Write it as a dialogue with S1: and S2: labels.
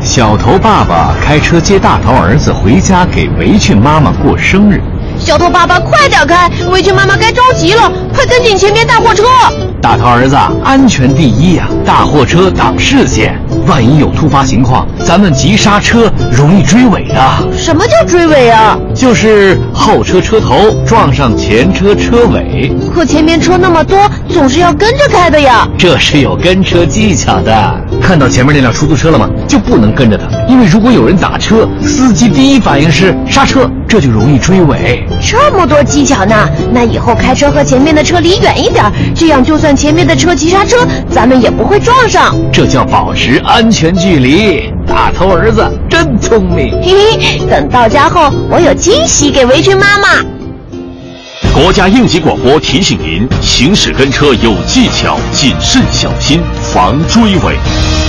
S1: 小头爸爸开车接大头儿子回家给围裙妈妈过生日。
S2: 小头爸爸，快点开！围裙妈妈该着急了，快跟紧前面大货车！
S1: 大头儿子，安全第一呀、大货车挡视线，万一有突发情况，咱们急刹车容易追尾的。
S2: 什么叫追尾啊？
S1: 就是后车车头撞上前车车尾，
S2: 可前面车那么多，总是要跟着开的呀。
S1: 这是有跟车技巧的。看到前面那辆出租车了吗？就不能跟着他，因为如果有人打车，司机第一反应是刹车，这就容易追尾。
S2: 这么多技巧呢，那以后开车和前面的车离远一点，这样就算前面的车急刹车，咱们也不会撞上。
S1: 这叫保持安全距离。大头儿子真聪明。
S2: 嘿嘿，等到家后，我有惊喜给围裙妈妈。
S3: 国家应急广播提醒您：行驶跟车有技巧，谨慎小心，防追尾。